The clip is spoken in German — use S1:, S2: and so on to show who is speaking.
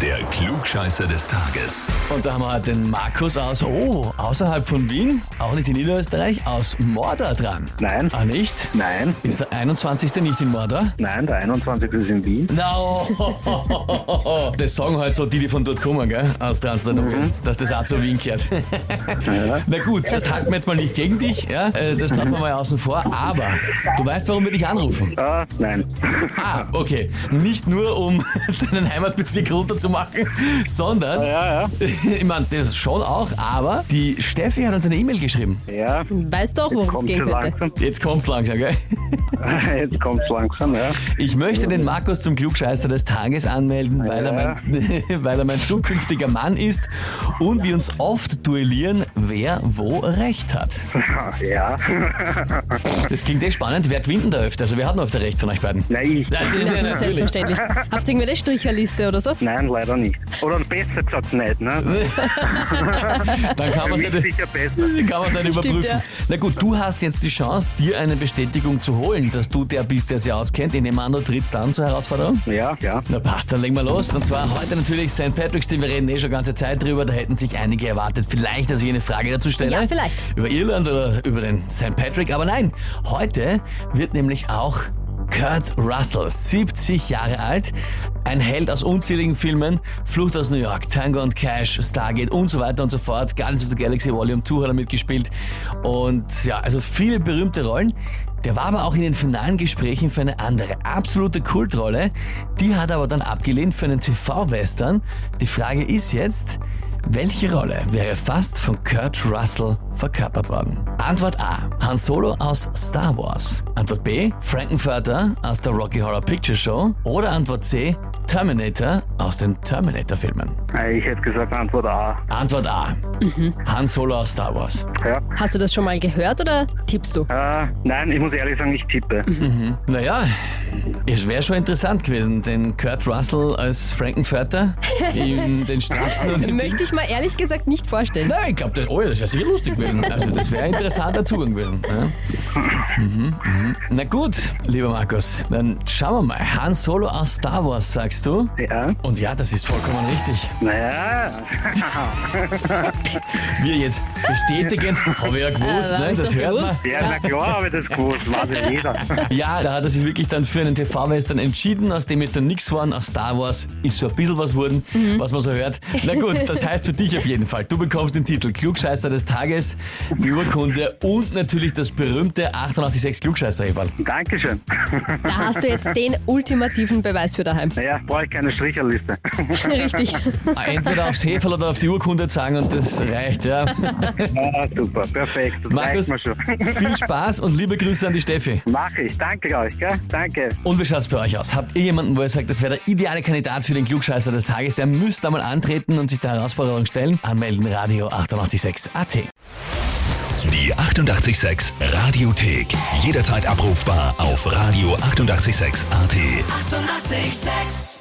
S1: Der Klugscheißer des Tages.
S2: Und da haben wir halt den Markus aus, oh, außerhalb von Wien, auch nicht in Niederösterreich, aus Mordor dran.
S3: Nein.
S2: Ah, nicht?
S3: Nein,
S2: Ist der 21. nicht in Mordor?
S3: nein, der 21. ist in Wien.
S2: Na, no. das sagen halt so die, die von dort kommen, gell, aus Transdanubien,
S3: Mhm.
S2: dass das auch zu Wien gehört. Na gut, das halten wir jetzt mal nicht gegen dich, ja, äh, das lassen wir
S3: Mhm.
S2: mal außen vor, aber du weißt, warum wir dich anrufen.
S3: Ah, nein.
S2: Ah, okay. Nicht nur, um deinen Heimatbezirk runterzumachen, sondern,
S3: Ja,
S2: ich meine, das schon auch, aber die Steffi hat uns eine E-Mail geschrieben.
S3: ja. Ja,
S4: Weiß doch, worum es
S3: kommt
S4: gehen
S3: schon
S4: könnte.
S3: langsam.
S2: Jetzt kommt's langsam, gell?
S3: Jetzt kommt's langsam, ja.
S2: Ich möchte den Markus zum Klugscheißer des Tages
S4: Ah,
S2: anmelden, weil er, mein, weil er mein zukünftiger Mann ist und wir uns oft duellieren, wer wo recht hat.
S3: Ja.
S2: Das klingt echt spannend. Wer gewinnt denn da öfter? Also wer hat denn öfter recht von euch beiden?
S3: Nein, ich.
S2: Nein, nein,
S4: Ja,
S2: nein, natürlich.
S4: selbstverständlich. Habt ihr irgendwie eine Stricherliste oder so?
S3: Nein, leider nicht. Oder besser gesagt nicht, ne?
S2: Dann kann
S3: Für
S2: man
S3: mich
S2: es nicht,
S3: sicher besser.
S2: kann man's nicht überprüfen.
S4: Stimmt, ja.
S2: Na gut, du hast jetzt die Chance, dir eine Bestätigung zu holen, dass du der bist, der sie auskennt. In dem anderen trittst du an zur Herausforderung.
S3: Ja, ja.
S2: Na passt, dann legen wir los. Und zwar heute natürlich St. Patrick's Day. Wir reden eh schon ganze Zeit drüber. Da hätten sich einige erwartet. Vielleicht, dass ich eine Frage dazu stelle.
S4: Ja, vielleicht.
S2: Über Irland oder über den St. Patrick. Aber nein, heute wird nämlich auch Kurt Russell, 70 Jahre alt, ein Held aus unzähligen Filmen, Flucht aus New York, Tango und Cash, Stargate und so weiter und so fort. Guardians of the Galaxy Volume 2 hat er mitgespielt. Und ja, also viele berühmte Rollen. Der war aber auch in den finalen Gesprächen für eine andere, absolute Kultrolle. Die hat er aber dann abgelehnt für einen TV-Western. Die Frage ist jetzt, welche Rolle wäre fast von Kurt Russell verkörpert worden? Antwort A. Han Solo aus Star Wars. Antwort B. Frankenfurter aus der Rocky Horror Picture Show. Oder Antwort C. Terminator aus den Terminator-Filmen.
S3: Äh, Ich hätte gesagt Antwort A.
S2: Antwort A. Han Solo aus Star Wars.
S3: Ja.
S4: Hast du das schon mal gehört oder tippst du?
S3: Äh, nein, ich muss ehrlich sagen, ich tippe.
S2: Naja, es wäre schon interessant gewesen, den Kurt Russell als Frankenfurter in den Straßen und im
S4: Möchte ich mal ehrlich gesagt nicht vorstellen.
S2: Nein, ich glaube, das, oh ja, das wäre sehr lustig gewesen. Also das wäre ein interessanter Zugang gewesen. Ja. Mhm, mhm. Na gut, lieber Markus, dann schauen wir mal. Han Solo aus Star Wars, sagst du?
S3: Ja.
S2: Und ja, das ist vollkommen richtig.
S3: Naja.
S2: Wir jetzt bestätigend, habe ich ja gewusst,
S4: Äh, hab
S2: ne?
S4: ich
S2: das
S4: doch
S2: hört man.
S4: gewusst.
S3: Ja, na klar habe ich das gewusst. Weiß ja jeder.
S2: Ja, da hat er sich wirklich dann für einen TV-Western entschieden, aus dem ist dann nichts geworden, aus Star Wars ist so ein bisschen was geworden, was man so hört. Na gut, das heißt für dich auf jeden Fall, du bekommst den Titel Klugscheißer des Tages, die Urkunde und natürlich das berühmte 886 klugscheißer -Eferl.
S3: Dankeschön.
S4: Da hast du jetzt den ultimativen Beweis für daheim.
S3: Naja, brauche ich keine Stricherliste.
S4: Richtig.
S2: Entweder aufs Heferl oder auf die Urkunde zeigen und das reicht, ja.
S3: Ah, super, perfekt. Das
S2: Markus,
S3: reicht mir schon.
S2: viel Spaß und liebe Grüße an die Steffi.
S3: Mach ich. Danke euch, gell? Danke.
S2: Und wie schaut's bei euch aus? Habt ihr jemanden, wo ihr sagt, das wäre der ideale Kandidat für den Klugscheißer des Tages? Der müsste da mal antreten und sich der Herausforderung stellen? Anmelden Radio 886 AT.
S1: Die 88,6 Radiothek. Jederzeit abrufbar auf radio886.at. 88,6.
S5: Eighty-eight, sex.